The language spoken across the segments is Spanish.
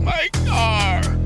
My car!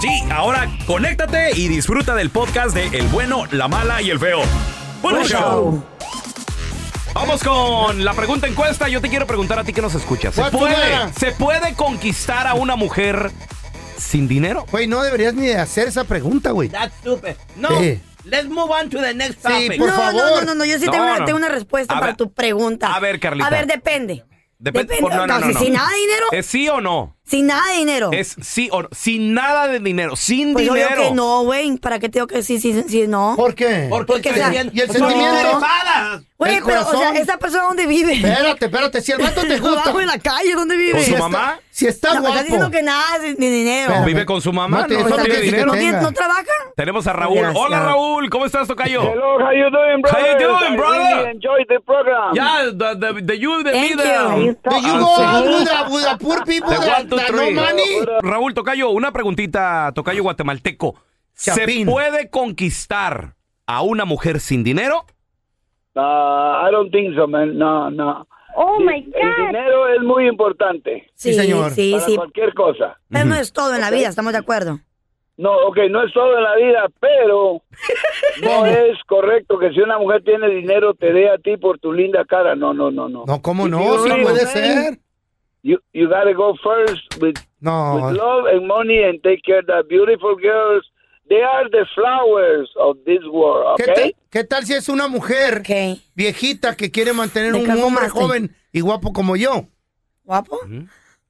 Sí, ahora conéctate y disfruta del podcast de El bueno, la mala y el feo. Bueno, Buen show. Vamos con la pregunta encuesta. Yo te quiero preguntar a ti que nos escuchas. ¿Se What's puede, that? ¿Se puede conquistar a una mujer sin dinero? Güey, no deberías ni de hacer esa pregunta, güey. That's stupid. No. Sí. Let's move on to the next Sí, topic. por no, favor. no, no, no, no, yo sí No, tengo, una, no. tengo una respuesta A para ver. tu pregunta. A ver, Carlita. A ver, depende. Depe- por- no, no, Entonces, no, no. sin nada de dinero, ¿Es sí o no? sin nada de dinero. Es sí o no. Sin nada de dinero. Sin pues yo digo dinero. que no, güey. ¿Para qué tengo que decir si si no? ¿Por qué? Porque Porque, o sea, pues se- ¿y el son sentimiento? interesadas. Güey, el pero, o sea, corazón. ¿esa persona dónde vive? Espérate, espérate. Si el vato te gusta. Abajo en la calle, ¿dónde ¿Con vive? su está- mamá? Si No, está me estás guapo. diciendo que nada, ni ni dinero. Espérame. ¿Vive con su mamá? No te- No, eso no Pues, tiene quiere decir que dinero. ¿No, tiene- tenga. no trabaja? Tenemos a Raúl. Gracias. Hola, Raúl. ¿Cómo estás, Tocayo? Hello, how you doing, brother? How you doing, brother? I really enjoy the program. Yeah, the, the, the you, the Thank me, you. Do you go out with the, with the poor people The that, one, two, that no three. money? the- Raúl Tocayo, una preguntita, Tocayo guatemalteco. ¿Se Chapín. puede conquistar a una mujer sin dinero? Uh, I don't think so, man. No, no. Oh Di- my El God. dinero es muy importante Sí, señor. Sí, para sí. cualquier cosa. Pero no es todo en la vida, estamos de acuerdo. No, ok, no es todo en la vida, pero no es correcto que si una mujer tiene dinero te dé a ti por tu linda cara. No, no, no, no. No, ¿cómo If no? you Sí really puede think, ser. You, you gotta go first with, No. with love and money and take care of that beautiful girls. They are the flowers of this world, ¿Qué, okay? tal- qué tal si es una mujer Ok. viejita que quiere mantener ¿De un qué hombre tomaste? joven y guapo como yo? ¿Guapo?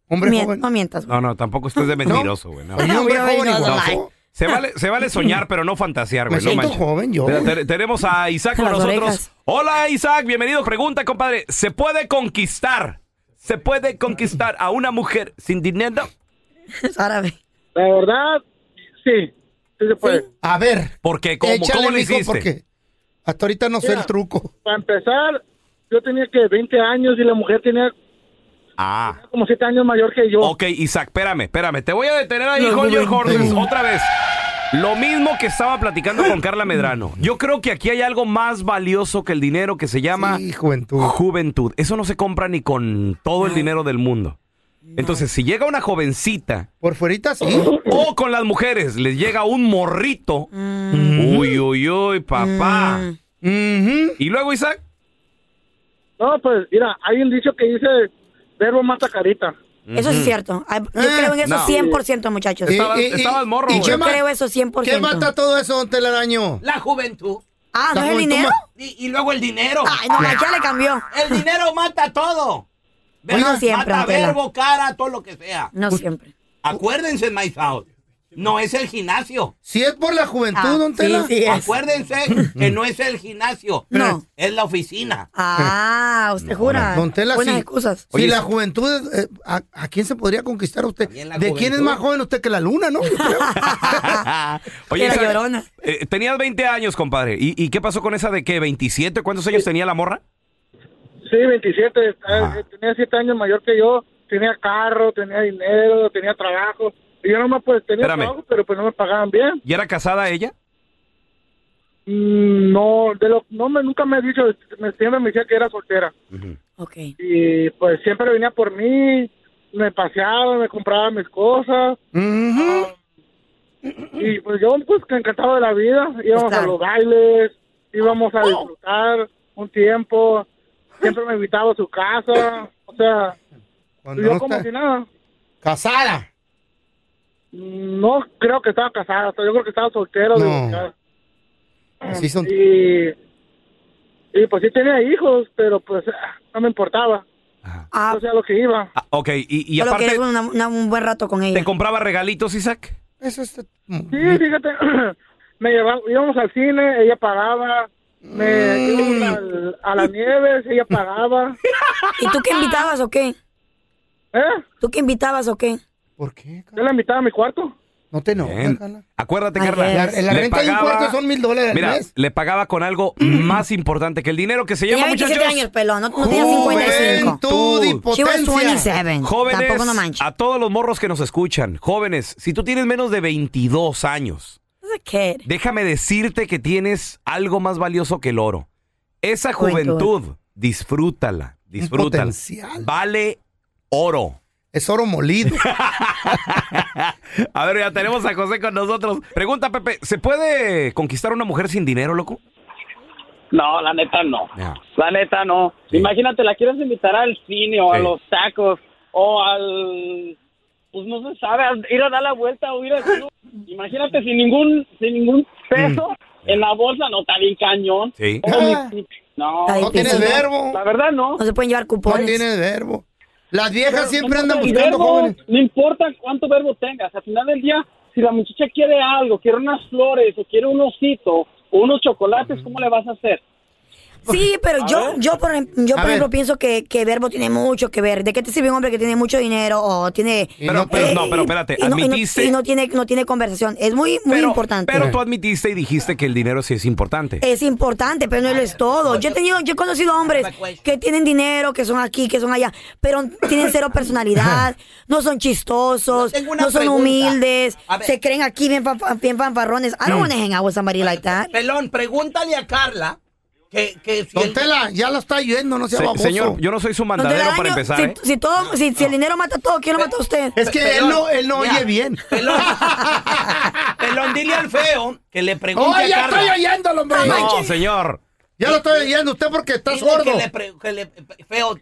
Hombre Mien- joven. no mientas, güey. No, no, tampoco estés de mentiroso, güey. no. Oye, un hombre Yo digo, joven y no, guapo. Se vale, se vale soñar, pero no fantasear, güey. Me no siento manches. joven yo. Mira, te- tenemos a Isaac con Las nosotros. orejas. Hola, Isaac. Bienvenido. Pregunta, compadre. ¿Se puede conquistar? ¿Se puede conquistar a una mujer sin dinero? Es árabe. La verdad, sí. Sí se puede. A ver, ¿Por qué? ¿Cómo, échale, ¿Cómo lo mijo, hiciste? porque hasta ahorita no sé Mira. el truco. Para empezar, yo tenía que 20 años y la mujer tenía Ah. como 7 años mayor que yo. Ok, Isaac, espérame, espérame. Te voy a detener ahí, No, Roger no, no, Horses, no. otra vez. Lo mismo que estaba platicando con Carla Medrano. Yo creo que aquí hay algo más valioso que el dinero que se llama Sí, juventud. juventud. Eso no se compra ni con todo el dinero del mundo. Entonces, si llega una jovencita Por fuerita sí. o con las mujeres les llega un morrito, Mm. uy, uy, uy, papá. Ujú. Y luego, Isaac, No, pues mira, hay un dicho que dice, verbo mata carita. Eso sí es cierto. Ay, Yo Eh, creo en eso no. 100%, muchachos. Sí. estabas, y- y- estabas morro, y güey. ¿Qué Yo más? creo eso 100%. ¿Qué mata todo eso, don Telaraño? La juventud. Ah, ¿no La es el juventud dinero? ma- Y, y luego el dinero. Ay, no, ya le cambió. El dinero mata todo. No siempre, mata Antela. Pues, verbo, cara, todo lo que sea. No siempre. Acuérdense, my out. No es el gimnasio. Si es por la juventud, Ah, don sí, Tela. sí es. Acuérdense que no es el gimnasio. No. Es la oficina. Ah, usted jura. Don Tela, Buenas si, excusas. si la juventud, eh, a, a quién se podría conquistar usted? ¿De la quién es juventud. más joven usted que la luna, no? Yo creo. Oye, Era esa- llorona. eh, tenías 20 años, compadre. ¿Y, y qué pasó con esa de qué? ¿27? ¿Cuántos años tenía la morra? Sí, 27. eh, eh, Tenía 7 años mayor que yo. Tenía carro, tenía dinero, tenía trabajo. Y yo nomás pues tenía Espérame. trabajo, pero pues no me pagaban bien. ¿Y era casada ella? Mm, No, de lo, no me, nunca me ha dicho, me- siempre me decía que era soltera. Y pues siempre venía por mí, me paseaba, me compraba mis cosas. Ah, y pues yo pues que encantado de la vida, íbamos a los bailes, íbamos Oh. a disfrutar un tiempo, siempre me invitaba a su casa, o sea, Cuando yo no como está- si nada. Casada. No creo que estaba casada, o sea, yo creo que estaba soltero. No. divorciada. Así son- Y, y pues sí tenía hijos, pero pues ah, no me importaba. O sea, lo que iba. Ah, ok, y, y Solo aparte, que una- una- un buen rato con ella. ¿te compraba regalitos, Isaac? Eso está... Sí, fíjate, me llevaba, íbamos al cine, ella pagaba. Me íbamos al- a la nieve, ella pagaba. ¿Y tú qué invitabas o qué? ¿Eh? ¿Tú qué invitabas o qué? Yo la invitaba a mi cuarto. No te no. Bien. Acuérdate, Ay, Carla. la- la le renta de un cuarto son mil dólares al Mira, mes. le pagaba con algo más importante que el dinero que se Tenía llama, 27 muchachos. años, pelón. No, no tenía Juventud 55. y She was potencia. 27. Jóvenes, Tampoco no manches. a todos los morros que nos escuchan, jóvenes, si tú tienes menos de 22 años, It's a kid. déjame decirte que tienes algo más valioso que el oro. Esa Juventud. juventud, disfrútala, disfrútala. potencial. Vale oro. Es oro molido. A ver, ya tenemos a José con nosotros. Pregunta, Pepe, ¿se puede conquistar una mujer sin dinero, loco? No, la neta no. La neta no. Imagínate, la quieres invitar al cine o a Sí. los tacos o al... Pues no se sabe, al ir a dar la vuelta o ir al... club. Imagínate sin ningún, sin ningún peso en la bolsa, no, está bien cañón. Sí. Oh, mi- mi- no. Está difícil, ¿no? La verdad no. No se pueden llevar cupones. No tiene verbo. Las viejas Pero siempre no andan importa el buscando verbo, jóvenes. No importa cuánto verbo tengas, al final del día, si la muchacha quiere algo, quiere unas flores o quiere un osito o unos chocolates, ¿cómo le vas a hacer? Sí, pero A yo, ver. yo por, ejem- yo, A por ejemplo, ver. pienso que, que verbo tiene mucho que ver. ¿De qué te sirve un hombre que tiene mucho dinero o tiene... eh, Pero, pero- no, pero espérate, y no- y no- admitiste, Y no, tiene, no tiene conversación. Es muy, muy importante. pero tú admitiste y dijiste que el dinero sí es importante. Eh, Es importante, pero no lo es todo. Yo he tenido, yo he conocido hombres que tienen dinero, que son aquí, que son allá, pero tienen cero personalidad, no son chistosos, Yo tengo no una son pregunta. humildes, A ver. se creen aquí bien, fanfa- bien fanfarrones. I don't Mm. want to hang out with somebody like that. Pelón, pregúntale a Carla que, que si el- Tela, ya la está yendo, no sea Se- baboso. señor, yo no soy su mandadero para empezar, si, ¿eh? si todo, si, si el dinero mata todo, ¿quién lo mata a usted? Es que él no, él no oye bien. Pelón, dile al feo que le pregunte ¡Oh, a ya Carla. estoy oyéndolo, hombre! No, señor. Ya lo estoy oyendo usted porque está Dile sordo. que le pre- que le- feo.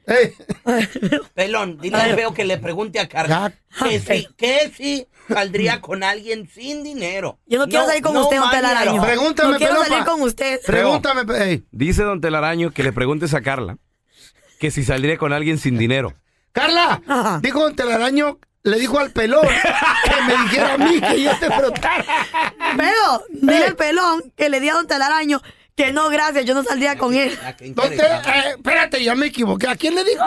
Pelón, dile al feo que le pregunte a Carla. Que si, que si saldría con alguien sin dinero. Yo no quiero salir con usted, don mal Telaraño. dinero. Pregúntame, no quiero Pelón, salir pa- con usted. Eh, Pregúntame, Dice don Telaraño que le preguntes a Carla que si saldría con alguien sin dinero. Carla, dijo Don Telaraño, le dijo al pelón que me dijera a mí que yo te frotara. Pero, dile al pelón que le di a don Telaraño que no, gracias, yo no Ah, saldría con él. Don Tela- Ah, eh, espérate, ya me equivoqué. ¿A quién le dijo?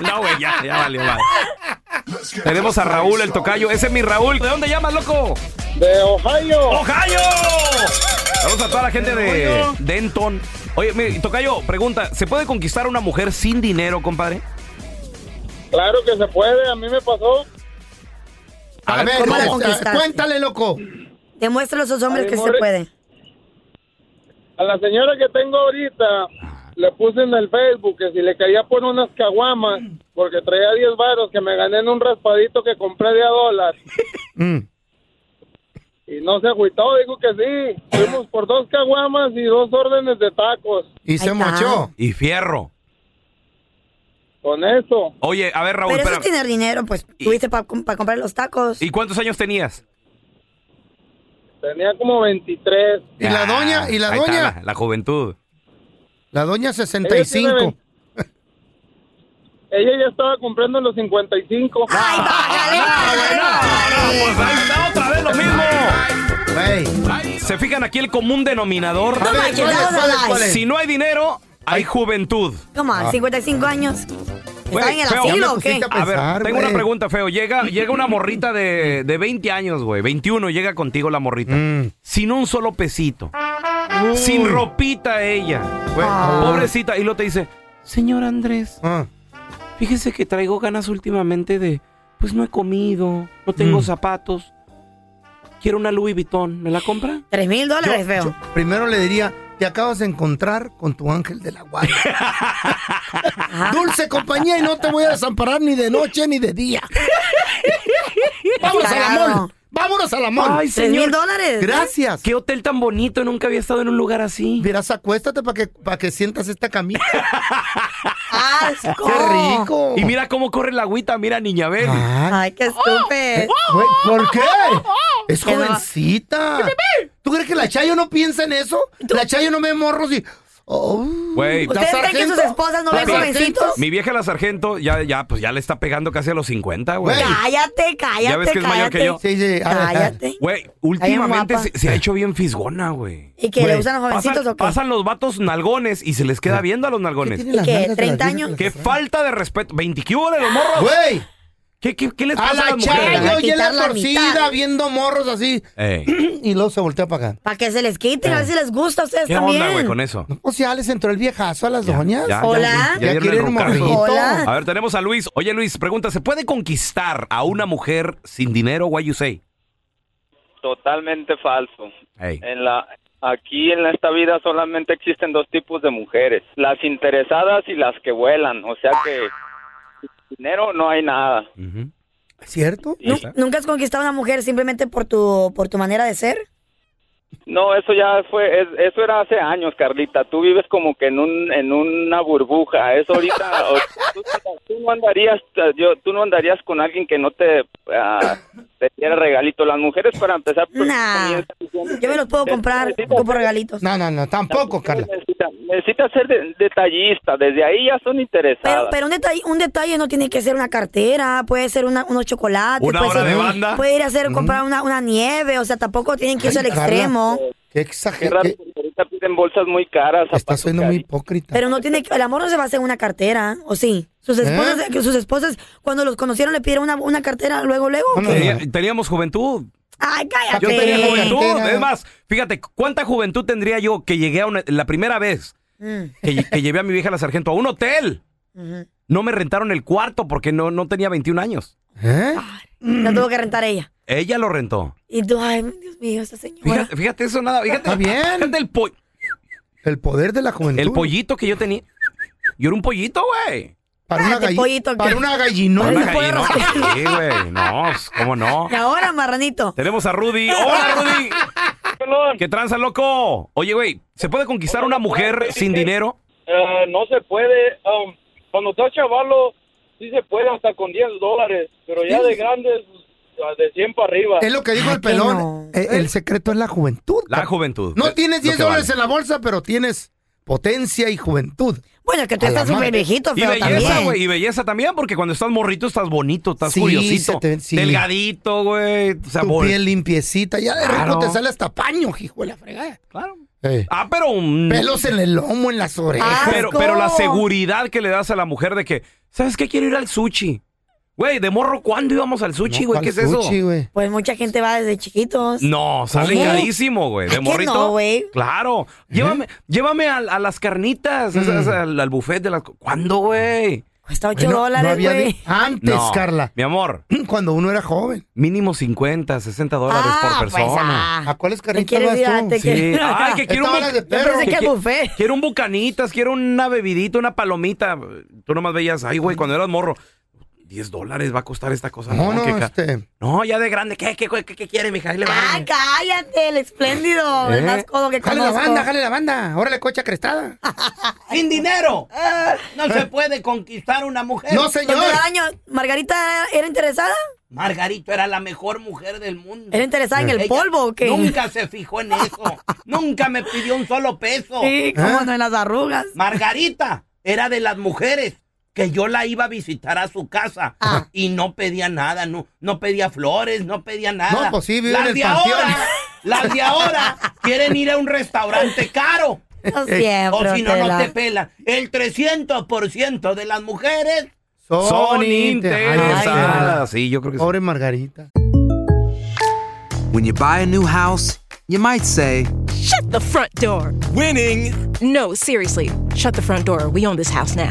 No, güey, ya, ya valió, madre. Tenemos a Raúl, el tocayo. Ese es mi Raúl. ¿De dónde llamas, loco? De Ohio. ¡Ohio! Saludos a toda la gente de Denton. Oye, mire, tocayo, pregunta, ¿se puede conquistar una mujer sin dinero, compadre? Claro que se puede, a mí me pasó. A ver, ¿cómo la o sea, conquistaste? eh, cuéntale, loco. Demuéstrale a esos hombres Ay, que sí se morre. puede. A la señora que tengo ahorita le puse en el Facebook que si le quería poner unas caguamas porque traía 10 varos que me gané en un raspadito que compré de a dólar. Mm. Y no se agüitó, dijo que sí. Fuimos por dos caguamas y dos órdenes de tacos. Y se mochó. Y fierro. Con eso. Oye, a ver, Raúl, Pero eso es espérame. tener dinero, pues tuviste para comprar los tacos. ¿Y cuántos años tenías? Tenía como 23. ¿Y la doña? ¿Y la Ah, Ahí está, doña? la, la juventud. La doña 65. Ella ya estaba comprando los 55. ¡Ay, bájale! pues otra vez, Se fijan aquí el común denominador. No manches, ¿cuál es, cuál es, cuál es? Si no hay dinero, hay juventud. Come Ah. on, 55 años. ¿Está Güey, en el feo, asilo o qué? a ver, tengo una pregunta, feo. Llega, llega una morrita de, de 20 años, güey. 21, llega contigo la morrita. Mm. Sin un solo pesito. Sin ropita ella. Güey, Ah. Pobrecita. Y lo te dice, señor Andrés, Ah. fíjese que traigo ganas últimamente de, pues no he comido, no tengo Mm. zapatos. Quiero una Louis Vuitton. ¿Me la compra? Tres mil dólares, feo. primero le diría, te acabas de encontrar con tu ángel de la guarda. Dulce compañía y no te voy a desamparar ni de noche ni de día. Vámonos al Cagado. amor. Vámonos al amor. Ay, señor. ¿Tres mil dólares? Gracias. Qué hotel tan bonito. Nunca había estado en un lugar así. Verás, acuéstate para que, para que sientas esta camisa. ¡Asco! ¡Qué rico! Y mira cómo corre la agüita, mira, niña Bel. Ay, qué Eh, estúpido. Oh. güey, ¿Por qué? Es Quedó- jovencita. ¿Tú crees que la Chayo no piensa en eso? La Chayo no ve morros y... Oh, Güey. ¿la ¿Ustedes creen que sargento? sus esposas no ven ¿La jovencitos? Mi vieja la sargento ya, ya, pues ya le está pegando casi a los 50, güey. Cállate, cállate, ya ves que es mayor que yo. cállate. Cállate. Güey, últimamente guapa. se, se ha hecho bien fisgona, güey. ¿Y que le usan los jovencitos pasan, o qué? Pasan los vatos nalgones y se les queda viendo a los nalgones. ¿Y qué? ¿30 años? Qué falta de respeto. 20 qué hubo de los morros. Güey. ¿Qué, qué, qué les A pasa a, la las mujeres? Chayo y en la quitar la torcida mitad. viendo morros así. Y luego se voltea para acá. Para que se les quiten, a ver si les gusta a ustedes Ah. ¿Qué también. onda, güey, con eso? O sea, les entró el viejazo a las Ya, doñas. ya, Hola. ya dieron el quieren rucazo. morrito. Hola. A ver, tenemos a Luis. Oye, Luis, pregunta, ¿se puede conquistar a una mujer sin dinero? What you say? Totalmente falso. Ey. En la aquí en esta vida solamente existen dos tipos de mujeres, las interesadas y las que vuelan, o sea que sin dinero no hay nada. ¿Cierto? ¿Nunca has conquistado a una mujer simplemente por tu, por tu manera de ser? No, eso ya fue es- eso era hace años, Carlita. Tú vives como que en un en una burbuja. Eso ahorita o- tú, tú no andarías yo tú no andarías con alguien que no te ah, te diera regalito. Las mujeres para empezar pues, Nah. comienzan- Yo me los puedo comprar, compro regalitos. No, no, no, tampoco, Carla. Necesita, necesita ser de- detallista, desde ahí ya son interesadas. Pero, pero un detalle, un detalle no tiene que ser una cartera, puede ser una- unos chocolates, Una puede hora ser- de banda. puede ir a Mm. hacer comprar una, una nieve, o sea, tampoco tienen que irse al Carla. extremo. Qué exagerado. Ahorita piden bolsas muy caras. Estás siendo muy hipócrita. Pero no tiene que, el amor no se basa en una cartera, ¿o sí? Sus ¿Eh? esposas, eh, que sus esposas cuando los conocieron le pidieron una, una cartera luego, luego. ¿o qué? Tenía- Teníamos juventud. Ay, cállate. Yo tenía juventud. Cartera. Es más, fíjate, ¿cuánta juventud tendría yo que llegué a una, la primera vez Mm. que, lle- que llevé a mi vieja la sargento a un hotel? Ujú. No me rentaron el cuarto porque no, no tenía 21 años. ¿Eh? La tuvo que rentar ella. Ella lo rentó. Y tú, ay, Dios mío, esta señora. Fíjate, fíjate eso nada. Fíjate, fíjate el, po- El poder de la juventud. el pollito que yo tenía. Yo era un pollito, güey. Para una, galli- Ah, pollito, para ¿qué? una gallinota. Una gallinota, Sí, güey. No, pues, ¿cómo no? Y ahora, marranito. Tenemos a Rudy. ¡Hola, Rudy! ¿Qué tranza, loco? Oye, güey, ¿se puede conquistar a una mujer sin dinero? Eh, no se puede. um, cuando estás chavalo, sí se puede hasta con 10 dólares, pero ya de grandes, pues, de 100 para arriba. Es lo que dijo el pelón. Eh, El, secreto es la juventud. La juventud. No tienes 10 Lo que dólares vale. en la bolsa, pero tienes potencia y juventud. Bueno, que tú estás súper viejito, Y belleza, güey, y belleza también, porque cuando estás morrito estás bonito, estás Sí, curiosito, se te ven- sí. delgadito, güey. O sea, Tu bol- piel limpiecita. Ya de Claro. rico te sale hasta paño, hijo de la fregada. Claro. Eh. Ah, pero un... Pelos en el lomo, en las Ah, orejas. Pero, pero la seguridad que le das a la mujer de que, ¿sabes qué? Quiero ir al sushi. Güey, de morro, ¿cuándo íbamos al sushi, güey? ¿Qué es eso? Pues mucha gente va desde chiquitos. No, sale ¿Cómo? carísimo, güey. ¿A De quién morrito. no, güey? Claro. ¿Eh? Llévame, llévame a, a las carnitas, o sea, o sea, al, al buffet de las. ¿Cuándo, güey? Cuesta ocho Mm. Bueno, no dólares, había güey. de- antes, Carla. Mi amor. Cuando uno era joven. Mínimo 50, 60 dólares por persona. ¿A cuáles Ah, pues, ¿Te carritas quieres vas ir a- tú? te Sí. quieres- Ay, que quiero un, Estaba bu- la de perro. Pensé que qui- buffet. quiero un bucanitas, quiero una bebidita, una palomita. Tú nomás veías, ay, güey, cuando eras morro, 10 dólares va a costar esta cosa. No, no, que ca- este. no, ya de grande, ¿qué, qué, qué, qué quiere, mija? Ahí le va. Ah, cállate, el espléndido, el ¿Eh? más codo que Jale conozco. la banda, jale la banda. Órale, cocha crestada. Sin dinero. No se puede conquistar una mujer. Don Telaraño, ¿Margarita era interesada? Margarito era la mejor mujer del mundo. ¿Era interesada en el Ella polvo o qué? Nunca se fijó en eso. nunca me pidió un solo peso. ¿Eh? Sí, cómo no, en las arrugas. Margarita era de las mujeres que yo la iba a visitar a su casa Ah. y no pedía nada, no, no pedía flores, no pedía nada. No, pues sí, vive Las en el de panteón. ahora Las de ahora quieren ir a un restaurante caro. No siempre, o si no, no Tela. te pela. El 300% de las mujeres Son, interesadas. Sí, yo creo que sí. Pobre Margarita. When you buy a new house, you might say, Shut the front door. Winning. No, seriously. Shut the front door. We own this house now.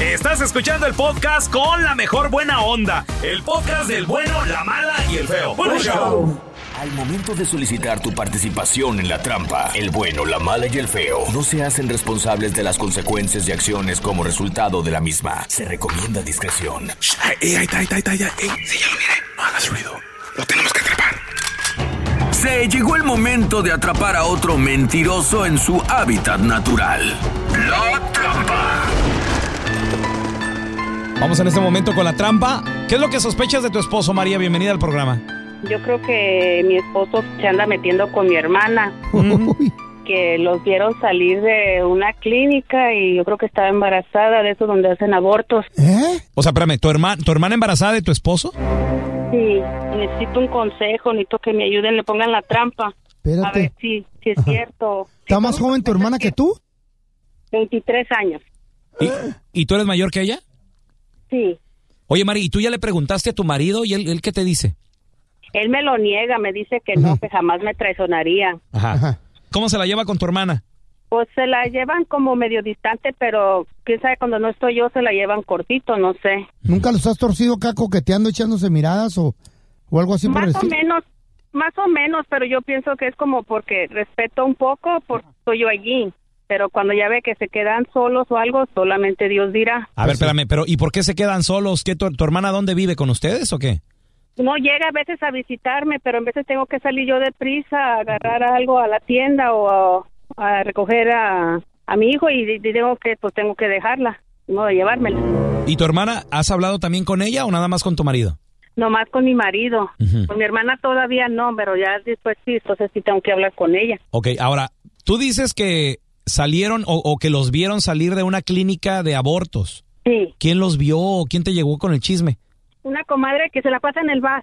Estás escuchando el podcast con la mejor buena onda. El podcast del bueno, la mala y el feo. Bueno, show. Al momento de solicitar tu participación en la trampa, el bueno, la mala y el feo no se hacen responsables de las consecuencias y acciones como resultado de la misma. Se recomienda discreción. ahí está, ahí está, ahí está, ya. ya lo miré. No hagas ruido. Lo tenemos que atrapar. Se llegó el momento de atrapar a otro mentiroso en su hábitat natural. La trampa. Vamos en este momento con la trampa. ¿Qué es lo que sospechas de tu esposo, María? Bienvenida al programa. Yo creo que mi esposo se anda metiendo con mi hermana. que los vieron salir de una clínica y yo creo que estaba embarazada de eso donde hacen abortos. O sea, espérame, ¿tu, herma- ¿tu hermana embarazada de tu esposo? Sí, necesito un consejo, necesito que me ayuden, le pongan la trampa. A ver Espérate. si, si es Ajá. cierto. ¿Está más joven tu hermana que tú? 23 años, ¿Y, y tú eres mayor que ella? sí. Oye, María, ¿y tú ya le preguntaste a tu marido y él, él qué te dice? Él me lo niega, me dice que no, que jamás me traicionaría. Ajá. ¿Cómo se la lleva con tu hermana? Pues se la llevan como medio distante, pero quién sabe, cuando no estoy yo se la llevan cortito, no sé. ¿Nunca los has torcido acá coqueteando, echándose miradas o, o algo así por Más o decir? menos, más o menos, pero yo pienso que es como porque respeto un poco porque estoy yo allí, pero cuando ya ve que se quedan solos o algo, solamente Dios dirá. A ver, espérame, pero ¿y por qué se quedan solos? ¿Qué, tu, tu hermana dónde vive? ¿Con ustedes o qué? No llega a veces a visitarme, pero en veces tengo que salir yo deprisa a agarrar algo a la tienda o a, a recoger a, a mi hijo y, y tengo que pues tengo que dejarla, no de llevármela. ¿Y tu hermana, has hablado también con ella o nada más con tu marido? Nomás con mi marido. Con mi hermana todavía no, pero ya después sí, entonces sí tengo que hablar con ella. Ok, ahora, tú dices que salieron o, o que los vieron salir de una clínica de abortos. Sí. ¿Quién los vio o quién te llegó con el chisme? Una comadre que se la pasa en el bar.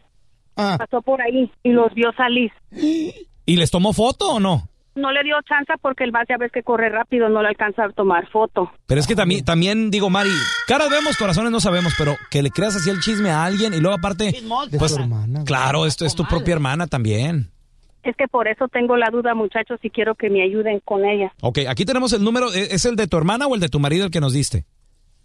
Pasó por ahí y los vio salir. ¿Y les tomó foto o no? No le dio chance porque el bar ya ves que corre rápido, no le alcanza a tomar foto. Pero es que también, también digo, Mari, caras vemos, corazones no sabemos, pero que le creas así el chisme a alguien y luego aparte, pues, claro, esto es tu propia hermana también. Es que por eso tengo la duda, muchachos, y quiero que me ayuden con ella. Ok, aquí tenemos el número, ¿e- ¿es el de tu hermana o el de tu marido el que nos diste?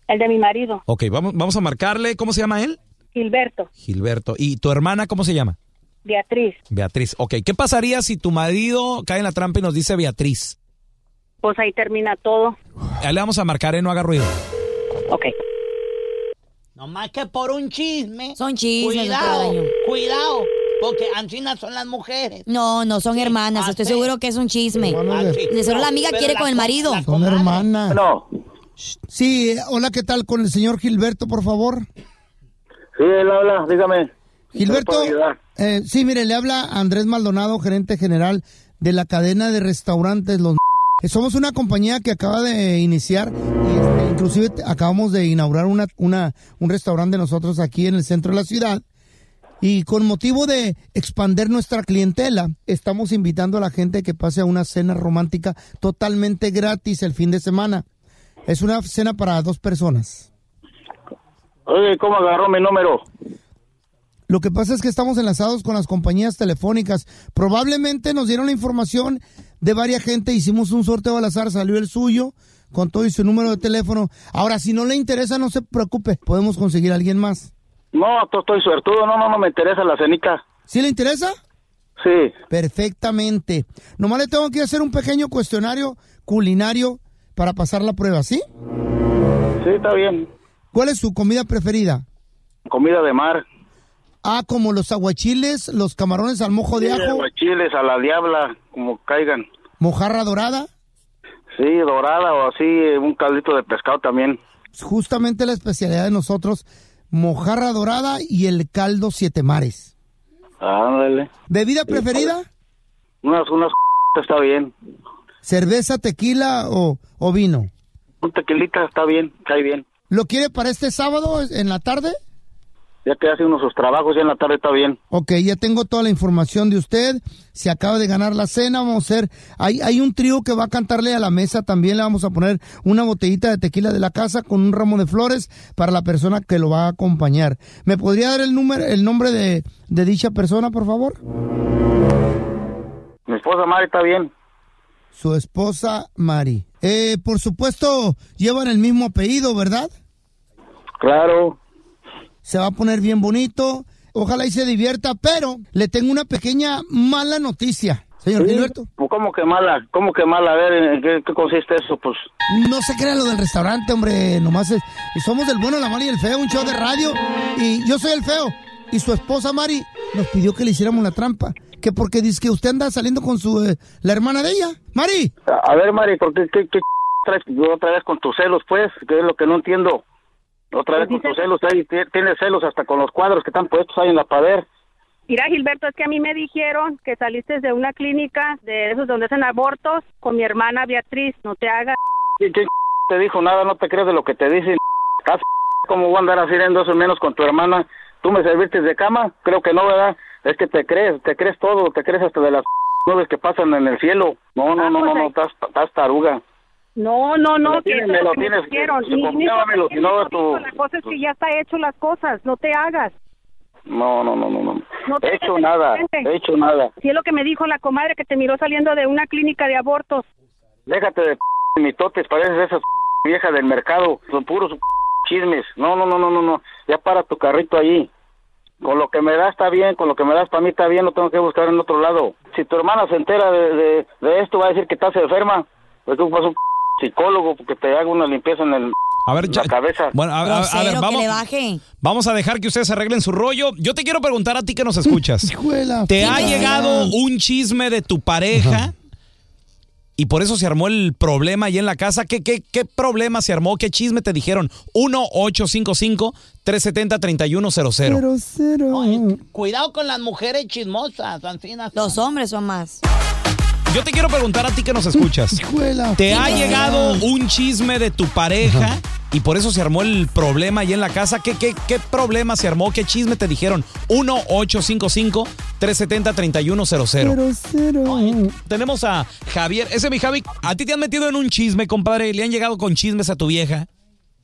El de mi marido, Ok, vamos, vamos a marcarle, ¿cómo se llama él? Gilberto, Gilberto. ¿Y tu hermana cómo se llama? Beatriz. Beatriz. Ok, ¿qué pasaría si tu marido cae en la trampa y nos dice Beatriz? Pues ahí termina todo. Ahí le vamos a marcar, ¿eh? No haga ruido. Ok. Nomás que por un chisme. Son chismes, Cuidado, don Telaraño. cuidado. Porque anchinas son las mujeres. No, no son hermanas. Estoy seguro que es un chisme. De seguro la amiga Pero quiere la con el co- marido. Son hermanas. No. Sí, eh, hola, ¿qué tal? Con el señor Gilberto, por favor. Sí, él habla, dígame. Gilberto, ¿Cómo puedo ayudar? eh, sí, mire, le habla Andrés Maldonado, gerente general de la cadena de restaurantes Los Eh, Somos una compañía que acaba de iniciar, y, este, inclusive te- acabamos de inaugurar una, una, un restaurante nosotros aquí en el centro de la ciudad. Y con motivo de expander nuestra clientela, estamos invitando a la gente que pase a una cena romántica totalmente gratis el fin de semana. Es una cena para dos personas. Oye, ¿cómo agarró mi número? Lo que pasa es que estamos enlazados con las compañías telefónicas. Probablemente nos dieron la información de varias gente, hicimos un sorteo al azar, salió el suyo con todo y su número de teléfono. Ahora, si no le interesa, no se preocupe, podemos conseguir a alguien más. No, to- estoy suertudo, no, no, no me interesa la cenica. ¿Sí le interesa? Sí. Perfectamente. Nomás le tengo que hacer un pequeño cuestionario culinario para pasar la prueba, ¿sí? Sí, está bien. ¿Cuál es su comida preferida? Comida de mar, Ah, como los aguachiles, los camarones al mojo de ajo, chiles a la diabla, como caigan. mojarra dorada. Sí, dorada o así, un caldito de pescado también. Es justamente la especialidad de nosotros, mojarra dorada y el caldo siete mares. Ándale. ¿Bebida preferida? Unas, unas está bien. ¿Cerveza, tequila o, o vino? Un tequilita está bien, cae bien. ¿Lo quiere para este sábado en la tarde? Ya que hace unos sus trabajos, ya en la tarde está bien. Ok, ya tengo toda la información de usted. Se acaba de ganar la cena. Vamos a hacer. Hay, hay un trío que va a cantarle a la mesa. También le vamos a poner una botellita de tequila de la casa con un ramo de flores para la persona que lo va a acompañar. ¿Me podría dar el número, el nombre de, de dicha persona, por favor? Mi esposa Mari está bien. Su esposa Mari. Eh, por supuesto, llevan el mismo apellido, ¿verdad? Claro. Se va a poner bien bonito. Ojalá y se divierta, pero le tengo una pequeña mala noticia, señor Sí, Gilberto. pues, ¿Cómo que mala? ¿Cómo que mala? A ver, ¿en qué, qué consiste eso? Pues No se crea lo del restaurante, hombre. Nomás es, somos el bueno, la mala y el feo, un show de radio. Y yo soy el feo. Y su esposa Mari nos pidió que le hiciéramos la trampa. Que porque dice que usted anda saliendo con su eh, la hermana de ella. Mari, A a ver, Mari, ¿por qué, qué, qué traes otra vez con tus celos, pues? Que es lo que no entiendo. Otra Pues vez con tus celos, ahí ti- tienes celos hasta con los cuadros que están puestos ahí en la pared. Mira, Gilberto, es que a mí me dijeron que saliste de una clínica de esos donde hacen abortos con mi hermana Beatriz. No te hagas. ¿Quién quién te dijo nada? No te crees de lo que te dicen. Ah, ¿Cómo voy a andar haciendo eso menos con tu hermana? ¿Tú me serviste de cama? Creo que no, ¿verdad? Es que te crees, te crees todo, te crees hasta de las nubes que pasan en el cielo. No, no, no, no, no, estás, estás taruga. No, Ah, pues no, Me no. lo que tienes, eso es me lo lo que me tienes, dijeron. eh, Ni- ni confiábamelo, por si no, qué ni por tú- qué, La cosa es que ya está hecho las cosas. No te hagas. No, no, no, no, no. No te he hecho hagas nada, inteligente. he hecho nada. Si es lo que me dijo la comadre que te miró saliendo de una clínica de abortos. Déjate de p- mitotes, pareces esa p- vieja del mercado, son puros p- chismes. No, no, no, no, no, no. Ya para tu carrito allí. Con lo que me das está bien, con lo que me das para mí está bien, no tengo que buscar en otro lado. Si tu hermana se entera de, de- de esto, va a decir que estás enferma. Pues tú vas a un p- psicólogo porque te haga una limpieza en el, A ver, la cha- cabeza. Bueno, a, a- a ver, vamos, vamos a dejar que ustedes arreglen su rollo. Yo te quiero preguntar a ti que nos escuchas. ¿Te ha fregada. llegado un chisme de tu pareja? Y por eso se armó el problema ahí en la casa. ¿Qué, qué, qué problema se armó? ¿Qué chisme te dijeron? 1-855-370-3100. Cuidado con las mujeres chismosas, ancinas. Los hombres son más. Yo te quiero preguntar a ti que nos escuchas. ¿Te pues, ha llegado un chisme de tu pareja? Y por eso se armó el problema ahí en la casa. ¿Qué, qué, qué problema se armó? ¿Qué chisme te dijeron? 1-855-370-3100. Tenemos a Javier. Ese es mi Javi. ¿A ti te han metido en un chisme, compadre? ¿Le han llegado con chismes a tu vieja?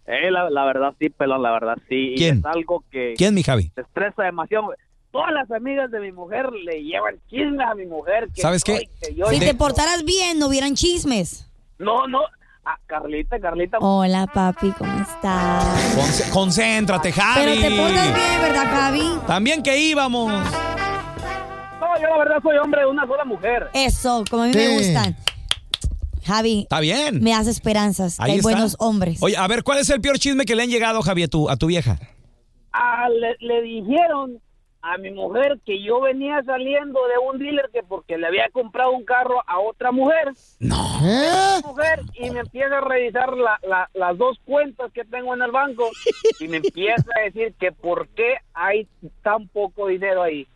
Eh, la, la verdad sí, pelón, la verdad sí. ¿Quién? Y es algo que ¿Quién, mi Javi? te estresa demasiado. Todas las amigas de mi mujer le llevan chismes a mi mujer. que ¿Sabes qué? yo y que yo Si y- te portaras bien, no hubieran chismes. No, no. Ah, Carlita, Carlita. Oh. Hola, papi, ¿cómo estás? Conce- concéntrate, Javi. Pero te portas bien, ¿verdad, Javi? También que íbamos. No, yo la verdad soy hombre de una sola mujer. Eso, como a mí me Sí. gustan. Javi. Está bien. Me hace esperanzas. que Ahí hay está. buenos hombres. Oye, a ver, ¿cuál es el peor chisme que le han llegado, Javi, a tu, a tu vieja? Ah, le, le dijeron a mi mujer que yo venía saliendo de un dealer que porque le había comprado un carro a otra mujer. No. mujer y me empieza a revisar la- la- las dos cuentas que tengo en el banco y me empieza a decir que por qué hay tan poco dinero ahí.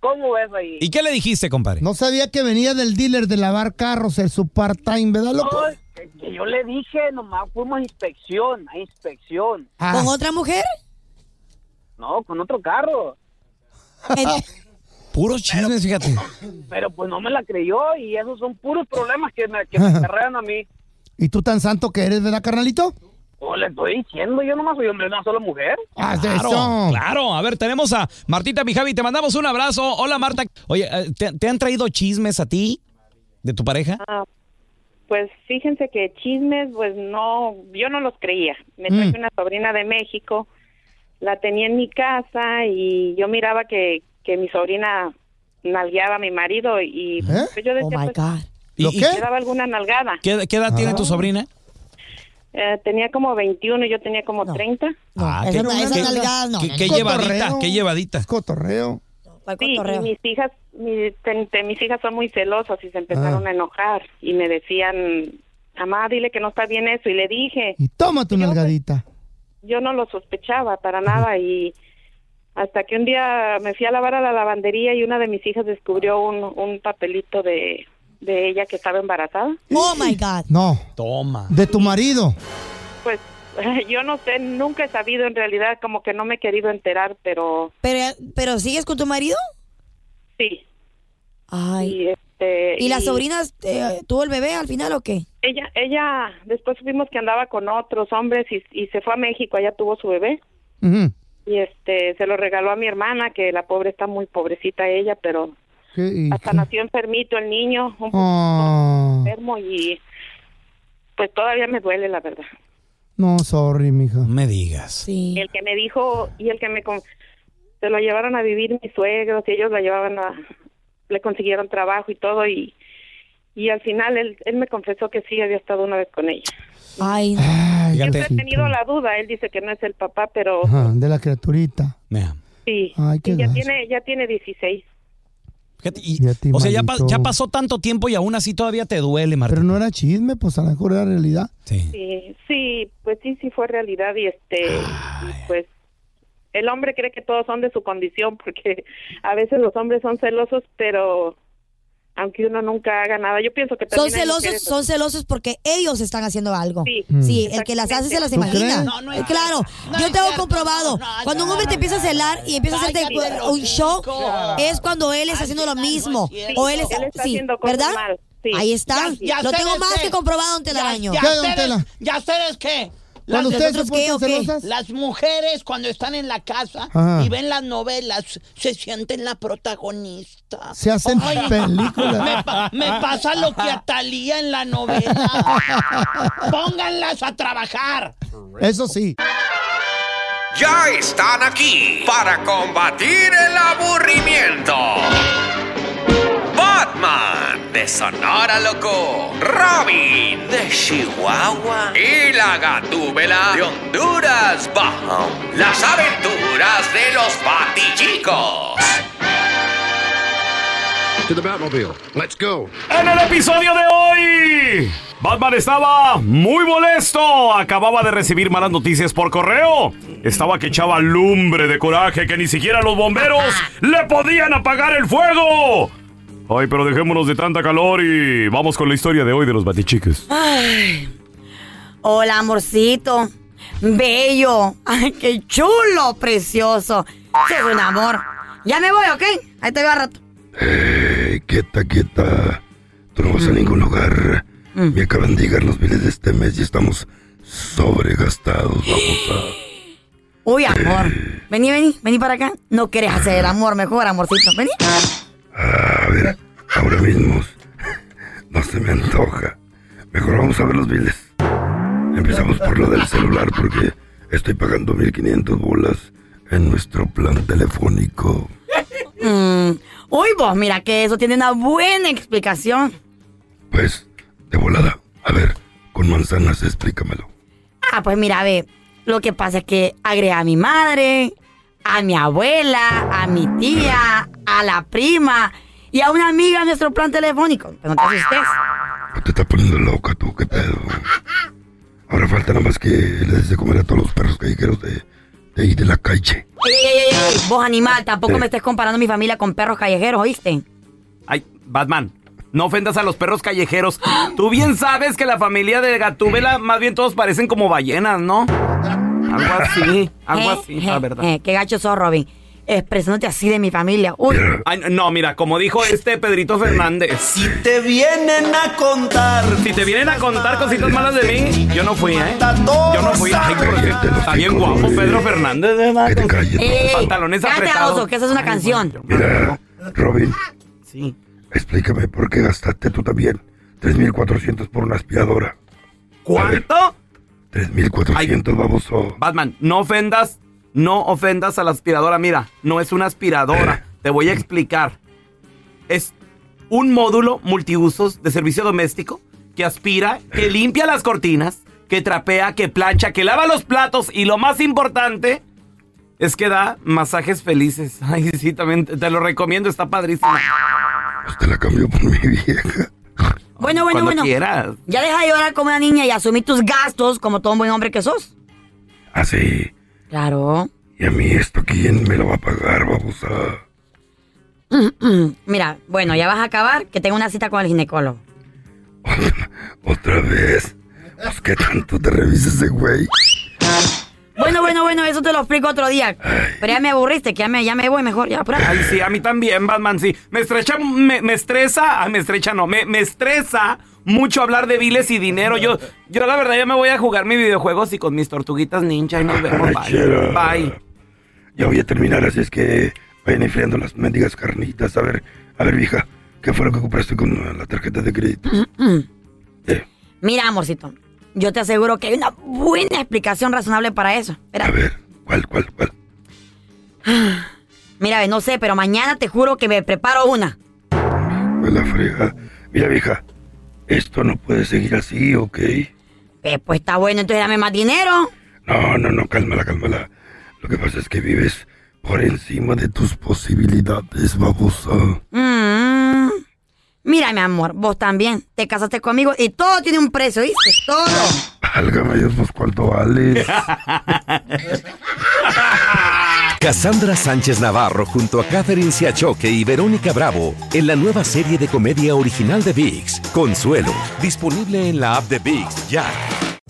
¿Cómo ves ahí? ¿Y qué le dijiste, compadre? No sabía que venía del dealer de lavar carros, el su part-time, ¿verdad, loco? No, que- que yo le dije, nomás fuimos a inspección, a inspección. ¿Con otra mujer? No, con otro carro. Puros chismes, fíjate. Pero pues no me la creyó y esos son puros problemas que me, que me acarrean a mí. ¿Y tú tan santo que eres, verdad, carnalito? Pues le estoy diciendo, yo nomás soy hombre, una sola mujer. Claro, claro. A ver, tenemos a Martita Mijavi. Te mandamos un abrazo. Hola, Marta. Oye, eh, ¿te, te han traído chismes a ti de tu pareja? Ah, pues fíjense que chismes, pues no, yo no los creía. Me traje Mm. una sobrina de México, la tenía en mi casa y yo miraba que, que mi sobrina nalgueaba a mi marido y pues, yo decía, pues, ¿Eh? ¿Lo y qué? le daba alguna nalgada. Ah. ¿Qué, qué edad tiene tu sobrina? Eh, tenía como 21 y yo tenía como 30. Ah, eso no, esas nalgadas no, qué- no, qué no. llevadita, Cotorreo. qué llevadita. cotorreo. Sí, y mis hijas, mi- ten- ten- mis hijas son muy celosas y se Ah. empezaron a enojar y me decían, mamá, dile que no está bien eso. Y le dije, Y toma tu nalgadita. yo no lo sospechaba para nada y hasta que un día me fui a lavar a la lavandería y una de mis hijas descubrió un, un papelito de, de ella que estaba embarazada. Oh my God. No. Toma. De tu marido. Pues yo no sé, nunca he sabido en realidad, como que no me he querido enterar, pero Pero, pero ¿sigues con tu marido? sí. Ay. Y, este, ¿Y, la sobrina eh, tuvo el bebé al final o qué? Ella, ella, después supimos que andaba con otros hombres y, y se fue a México, allá tuvo su bebé y este se lo regaló a mi hermana, que la pobre está muy pobrecita ella, pero ¿Qué- y- hasta nació enfermito el niño, un poquito Oh. enfermo y pues todavía me duele la verdad. No, sorry, mija. Me digas. El que me dijo y el que me con- se lo llevaron a vivir mis suegros y ellos la llevaban a le consiguieron trabajo y todo y y al final él, él me confesó que sí había estado una vez con ella. Ay. Siempre Fíjate. he tenido la duda, él dice que no es el papá, pero Ajá, de la criaturita. sí. Ay, qué Sí, ya gacho. tiene ya tiene 16. Fíjate, y- o sea, ya, pa- ya pasó tanto tiempo y aún así todavía te duele, Marta. Pero no era chisme, pues a lo mejor era realidad. Sí, sí, pues sí, sí fue realidad y este, y pues el hombre cree que todos son de su condición porque a veces los hombres son celosos, pero aunque uno nunca haga nada, yo pienso que Son también hay celosos, mujeres- son celosos porque ellos están haciendo algo. Sí, el que las hace se las ¿Tú crees? imagina. No, no es Eh, claro, yo tengo comprobado. cuando un hombre te empieza a celar y empieza a hacerte Cállate, un show, hocico. es cuando él está haciendo lo mismo. cierto. O él está, Él está sí, haciendo cosas ¿verdad? mal, Ahí está. Ya- ya lo sé tengo de más qué. que comprobado, don Telaraño. Ya, ya ustedes, ya ustedes qué. Cuando ustedes se ¿Nosotros ponen qué o qué? celosas. Las mujeres cuando están en la casa Ajá. y ven las novelas se sienten la protagonista. Se hacen películas. Me, pa- me pasa lo que a Thalía en la novela. Pónganlas a trabajar. Eso sí. Ya están aquí para combatir el aburrimiento. Batman de Sonora Loco, Robin de Chihuahua y la Gatúbela de Honduras Bajo. Las aventuras de los Batichicos. To the Batmobile. Let's go. En el episodio de hoy, Batman estaba muy molesto. Acababa de recibir malas noticias por correo. Estaba que echaba lumbre de coraje que ni siquiera los bomberos le podían apagar el fuego. Ay, pero dejémonos de tanta calor y vamos con la historia de hoy de los batichiques. Ay. Hola, amorcito. Bello. Ay, qué chulo, precioso. Es un amor. Ya me voy, ¿ok? Ahí te veo al rato. Eh, quieta, quieta. Tú no vas a ningún lugar. Me acaban de llegar los biles de este mes y estamos sobregastados. Vamos Uy, amor. Vení, vení, vení para acá. No quieres hacer el amor mejor, amorcito. Vení. a... A ver, ahora mismo. No se me antoja. Mejor vamos a ver los biles. Empezamos por lo del celular porque estoy pagando 1500 bolas en nuestro plan telefónico. Mm, Uy, vos, mira que eso tiene una buena explicación. Pues, de volada. A ver, con manzanas explícamelo. Ah, pues mira, ve, lo que pasa es que agregué a mi madre, a mi abuela, a mi tía, a la prima y a una amiga a nuestro plan telefónico. Pero Pues no te asustes. Ahora falta nada más que le des de comer a todos los perros callejeros de, de ahí de la calle. Ey, ey, ey, ey, vos animal, tampoco me estés comparando mi familia con perros callejeros, ¿oíste? Ay, Batman, no ofendas a los perros callejeros. Tú bien sabes que la familia de Gatúbela, más bien todos parecen como ballenas, ¿no? Algo así, algo Eh, así, eh, la verdad. eh, qué gacho sos, Robin. expresándote así de mi familia. Uy, Ay, no, mira, como dijo este Pedrito Fernández. Si Te vienen a contar. Si te vienen a contar cositas malas de mí, yo no fui, ¿eh? Yo no fui. Ay, por cierto, está bien guapo Pedro Fernández, ¿verdad? Ey, Pantalones cállate, apretados. oso, que esa es una canción. Mira, Robin. Sí. Explícame por qué gastaste tú también 3.400 por una aspiradora. ¿Cuánto? 3.400, baboso. Batman, no ofendas, no ofendas a la aspiradora. Mira, no es una aspiradora. Te voy a explicar. Es un módulo multiusos de servicio doméstico que aspira, que limpia las cortinas, que trapea, que plancha, que lava los platos y lo más importante es que da masajes felices. Ay, sí, también te te lo recomiendo, está padrísimo. Bueno, bueno, Cuando bueno. quieras. Ya deja de llorar como una niña y asumí tus gastos como todo un buen hombre que sos. Así. Claro. Ah, ¿Y a mí esto quién me lo va a pagar, babosa? Mm, mm. Mira, bueno, ya vas a acabar, que tengo una cita con el ginecólogo. ¿Otra vez? Pues qué tanto te revisa ese güey. Bueno, bueno, bueno, eso te lo explico otro día. Pero ya me aburriste, que ya me, ya me voy mejor, ya, apura. Ay, sí, a mí también, Batman, sí. Me estrecha, me, me estresa, ah, me estrecha no, me, me estresa mucho hablar de biles y dinero. Yo, yo la verdad, ya me voy a jugar mis videojuegos y con mis tortuguitas ninja y nos vemos. Bye. Chela. Bye. Ya voy a terminar, así es que vayan enfriando las mendigas carnitas. A ver, a ver, vieja, ¿qué fue lo que compraste con la tarjeta de crédito? Mira, amorcito, yo te aseguro que hay una buena explicación razonable para eso. Espera. A ver, ¿cuál, cuál, cuál? Mira, ve, no sé, pero mañana te juro que me preparo una. Pues la frega. Mira, vieja, esto no puede seguir así, ¿ok? Eh, pues está bueno, entonces dame más dinero. No, no, no, cálmala, cálmala. Lo que pasa es que vives por encima de tus posibilidades, babosa. Mm. Mira, mi amor, vos también te casaste conmigo y todo tiene un precio, ¿viste? Todo. Válgame Dios, pues cuánto vales. Cassandra Sánchez Navarro junto a Catherine Siachoque y Verónica Bravo en la nueva serie de comedia original de VIX, Consuelo, disponible en la app de VIX ya.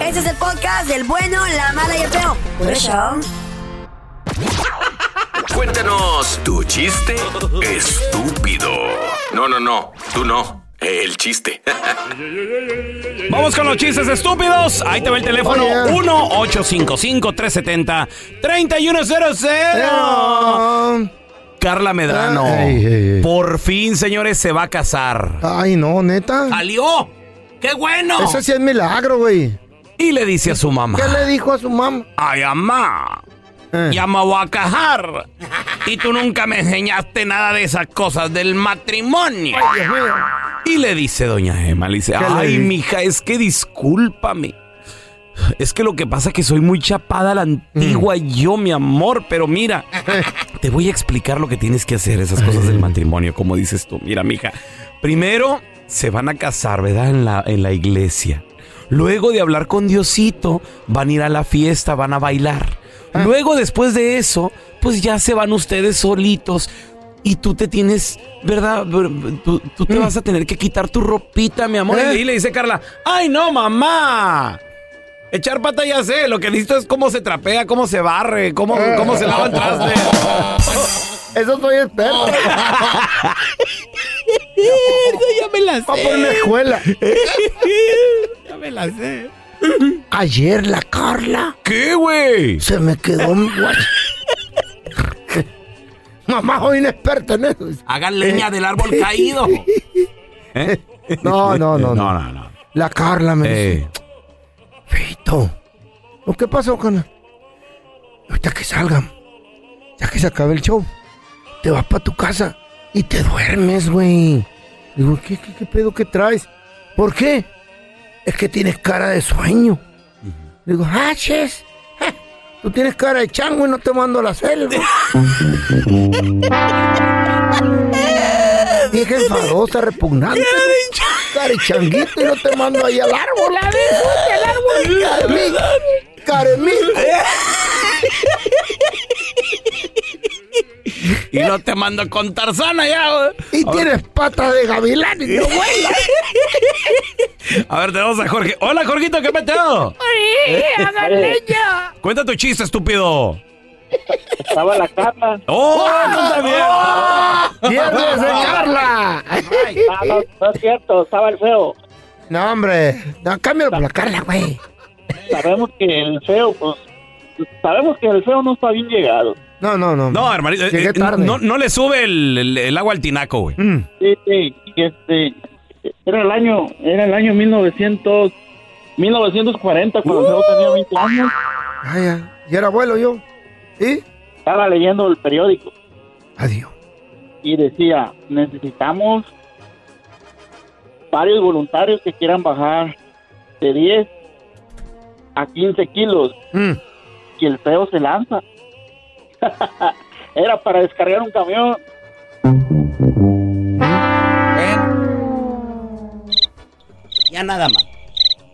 Ese es el podcast del bueno, la mala y el feo. Por eso. Cuéntanos tu chiste estúpido. No, no, no, tú no. El chiste. Vamos con los chistes estúpidos. Ahí te va el teléfono Oh, yeah. 1-855-370-3100. Carla Medrano. Ey, ey, ey. Por fin, señores, se va a casar. Ay, no, neta. ¡Salió! ¡Qué bueno! Eso sí es milagro, güey. Y le dice a su mamá. ¿Qué le dijo a su Eh. mamá? Ay, mamá. Ya me voy a cajar. Y tú nunca me enseñaste nada de esas cosas del matrimonio. Y le dice doña Gemma, le dice, ¿Qué le ay, dijo? mija, es que discúlpame. Es que lo que pasa es que soy muy chapada a la antigua yo, mi amor, pero mira, te voy a explicar lo que tienes que hacer, esas cosas del matrimonio, como dices tú. Mira, mija, primero se van a casar, ¿verdad? En la, en la iglesia. Luego de hablar con Diosito, van a ir a la fiesta, van a bailar. Luego, después de eso, pues ya se van ustedes solitos. Y tú te tienes, ¿verdad? Tú, tú te vas a tener que quitar tu ropita, mi amor. ¿Eh? Y le dice Carla, ¡ay no, mamá! Echar pata ya sé, lo que necesito es cómo se trapea, cómo se barre, cómo, cómo se lava el traste. Eso soy experto. ya me la sé. Va por una escuela. ya me la sé. Ayer la Carla. ¿Qué, güey? Se me quedó. guach- Nomás soy inexperto en eso. Eh. Hagan leña del árbol caído. No, no, ¿Eh? no, no. no, La Carla me dice. Feito. ¿o ¿Qué pasó, Carla? Ahorita que salgan, ya que se acabe el show, te vas para tu casa y te duermes, güey. Digo, ¿qué, qué, qué pedo que traes? ¿Por qué? Es que tienes cara de sueño. Digo, ah, chis, ja, Tú tienes cara de chango y no te mando a la selva. Vieja enfadosa, repugnante. Cara de changuito y no te mando ahí al árbol. La el árbol. Caremí. Y no te mando con Tarzana ya. güey. Y A ver, tienes patas de gavilán y no vuelas. A ver, tenemos a Jorge. Hola, Jorgito, ¿qué peteo? hagan leña. Cuenta tu chiste, estúpido. Estaba la Carla. ¡Oh, tú también! ¡Pierdes de Carla! Ah, no, no es cierto, estaba el feo. No, hombre. No, cámbialo por la Carla, güey. Sabemos que el feo, pues, sabemos que el feo no está bien llegado. No, no, no. No, hermanito, eh, eh, no, no le sube el, el- el agua al tinaco, güey. Sí, sí, y este, era el año, era el año 1900, 1940 cuando el feo tenía 20 años. Ay, Uh. Ah, ya. Y era abuelo yo. ¿Y? Estaba leyendo el periódico. Adiós. Y decía, necesitamos varios voluntarios que quieran bajar de 10 a 15 kilos. Mm. Y el feo se lanza. Era para descargar un camión. Ya nada más.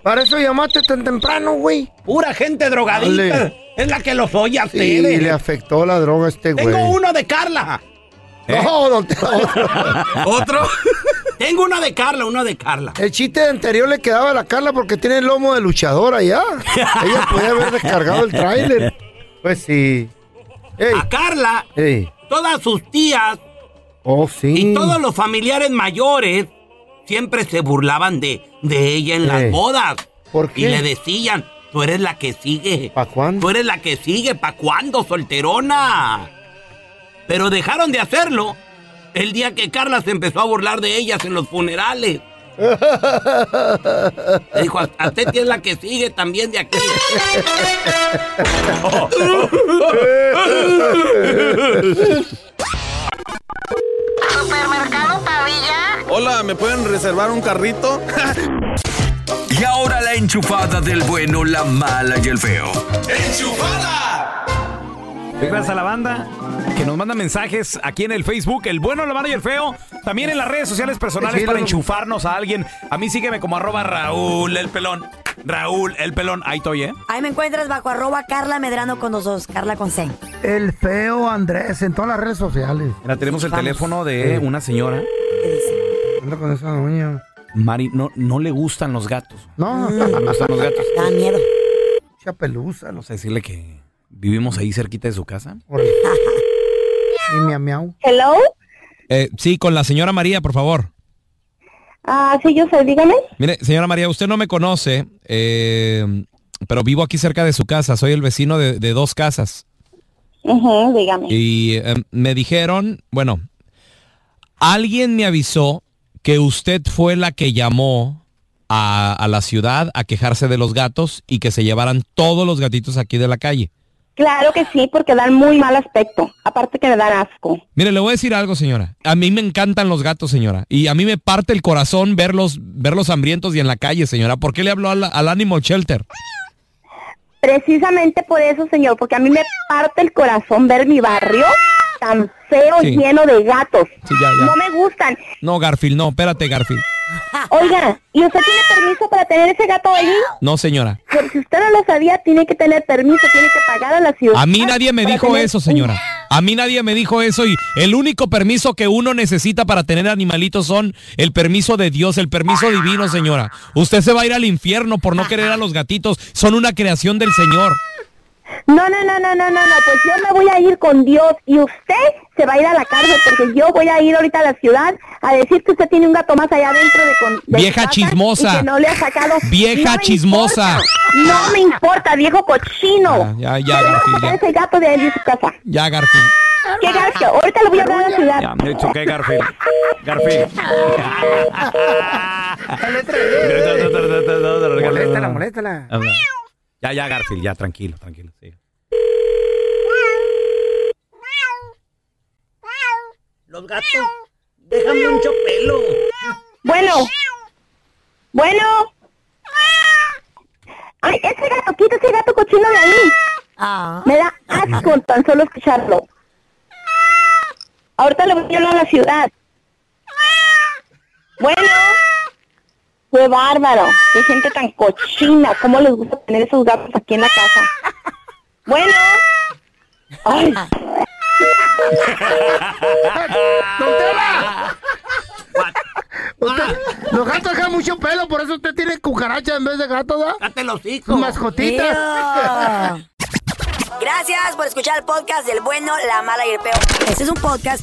Para eso llamaste tan temprano, güey. Pura gente drogadita. Dale. Es la que los oye a Sí, ustedes. le afectó la droga a este güey. Tengo uno de Carla. ¿Eh? No, don Teo, otro. ¿Otro? Tengo uno de Carla, uno de Carla. El chiste anterior le quedaba a la Carla porque tiene el lomo de luchador allá. Ella podía haber descargado el tráiler. Pues sí. A Carla, Ey. todas sus tías Oh, sí. y todos los familiares mayores siempre se burlaban de, de ella en Eh. las bodas. ¿Por qué? Y le decían, tú eres la que sigue. ¿Pa' cuándo? Tú eres la que sigue, ¿pa' cuándo, solterona? Pero dejaron de hacerlo el día que Carla se empezó a burlar de ellas en los funerales. Le dijo, a, a Teti es la que sigue también de aquí. Supermercado Pavilla. Hola, ¿me pueden reservar un carrito? Y ahora la enchufada del bueno, la mala y el feo. Gracias a la banda que nos manda mensajes aquí en el Facebook, el bueno, la mala y el feo. También en las redes sociales personales Sí, para lo- enchufarnos a alguien. A mí sígueme como arroba Raúl el pelón. Raúl el pelón. Ahí estoy, ¿eh? Ahí me encuentras bajo arroba Carla Medrano con los dos, Carla con C. El feo Andrés en todas las redes sociales. Mira, tenemos el Vamos. teléfono de Sí. una señora. Anda con esa doña. Mari, no, no le gustan los gatos. No. No le gustan los gatos. Da miedo. Mucha pelusa. Vamos a decirle que vivimos ahí cerquita de su casa. Y miau miau. Hello. Eh, sí, con la señora María, por favor. Ah, sí, yo soy, dígame. Mire, señora María, usted no me conoce, eh, pero vivo aquí cerca de su casa. Soy el vecino de, de dos casas. Ujú, dígame. Y eh, me dijeron, bueno, alguien me avisó que usted fue la que llamó a, a la ciudad a quejarse de los gatos y que se llevaran todos los gatitos aquí de la calle. Claro que sí, porque dan muy mal aspecto. Aparte que me dan asco. Mire, le voy a decir algo, señora. A mí me encantan los gatos, señora. Y a mí me parte el corazón verlos, verlos hambrientos y en la calle, señora. ¿Por qué le habló al, al Animal Shelter? Precisamente por eso, señor, porque a mí me parte el corazón ver mi barrio tan feo, Sí. lleno de gatos. Sí, ya, ya. No me gustan. No, Garfield, no, espérate, Garfield. Oiga, ¿y usted tiene permiso para tener ese gato ahí? No, señora. Porque si usted no lo sabía, tiene que tener permiso, tiene que pagar a la ciudad. A mí nadie me para dijo tener- eso, señora. A mí nadie me dijo eso y el único permiso que uno necesita para tener animalitos son el permiso de Dios, el permiso divino, señora. Usted se va a ir al infierno por no querer a los gatitos. Son una creación del Señor. No, no, no, no, no, no, no, pues yo me voy a ir con Dios y usted se va a ir a la cárcel porque yo voy a ir ahorita a la ciudad a decir que usted tiene un gato más allá adentro de con de Vieja su casa chismosa. y que no le ha sacado. Vieja No me chismosa. Ah. importa, no me importa, viejo cochino. Ya, ya, Garfield. Saca Ya, Ese gato de ahí de su casa. ya Garfield. Qué gacho. Ahorita le voy a hablar a la ciudad. Ya, me choqué, Garfield. Garfield. Moléstala, moléstala. Ah, Ya, ya, Garfield, ya, tranquilo, tranquilo. sí. Los gatos, déjame un chopelo. Bueno. Bueno. Ay, ese gato, quita ese gato cochino de ahí. Me da asco tan solo escucharlo. Ahorita le voy a hablar a la ciudad. Bueno. Fue bárbaro. Qué gente tan cochina. ¿Cómo les gusta tener esos gatos aquí en la casa? Bueno. Ay. Ah, Usted- los gatos dejan mucho pelo, por eso usted tiene cucaracha en vez de gato, ¿da? Date los hijos. Mascotitas. Gracias por escuchar el podcast del bueno, la mala y el peor. Este es un podcast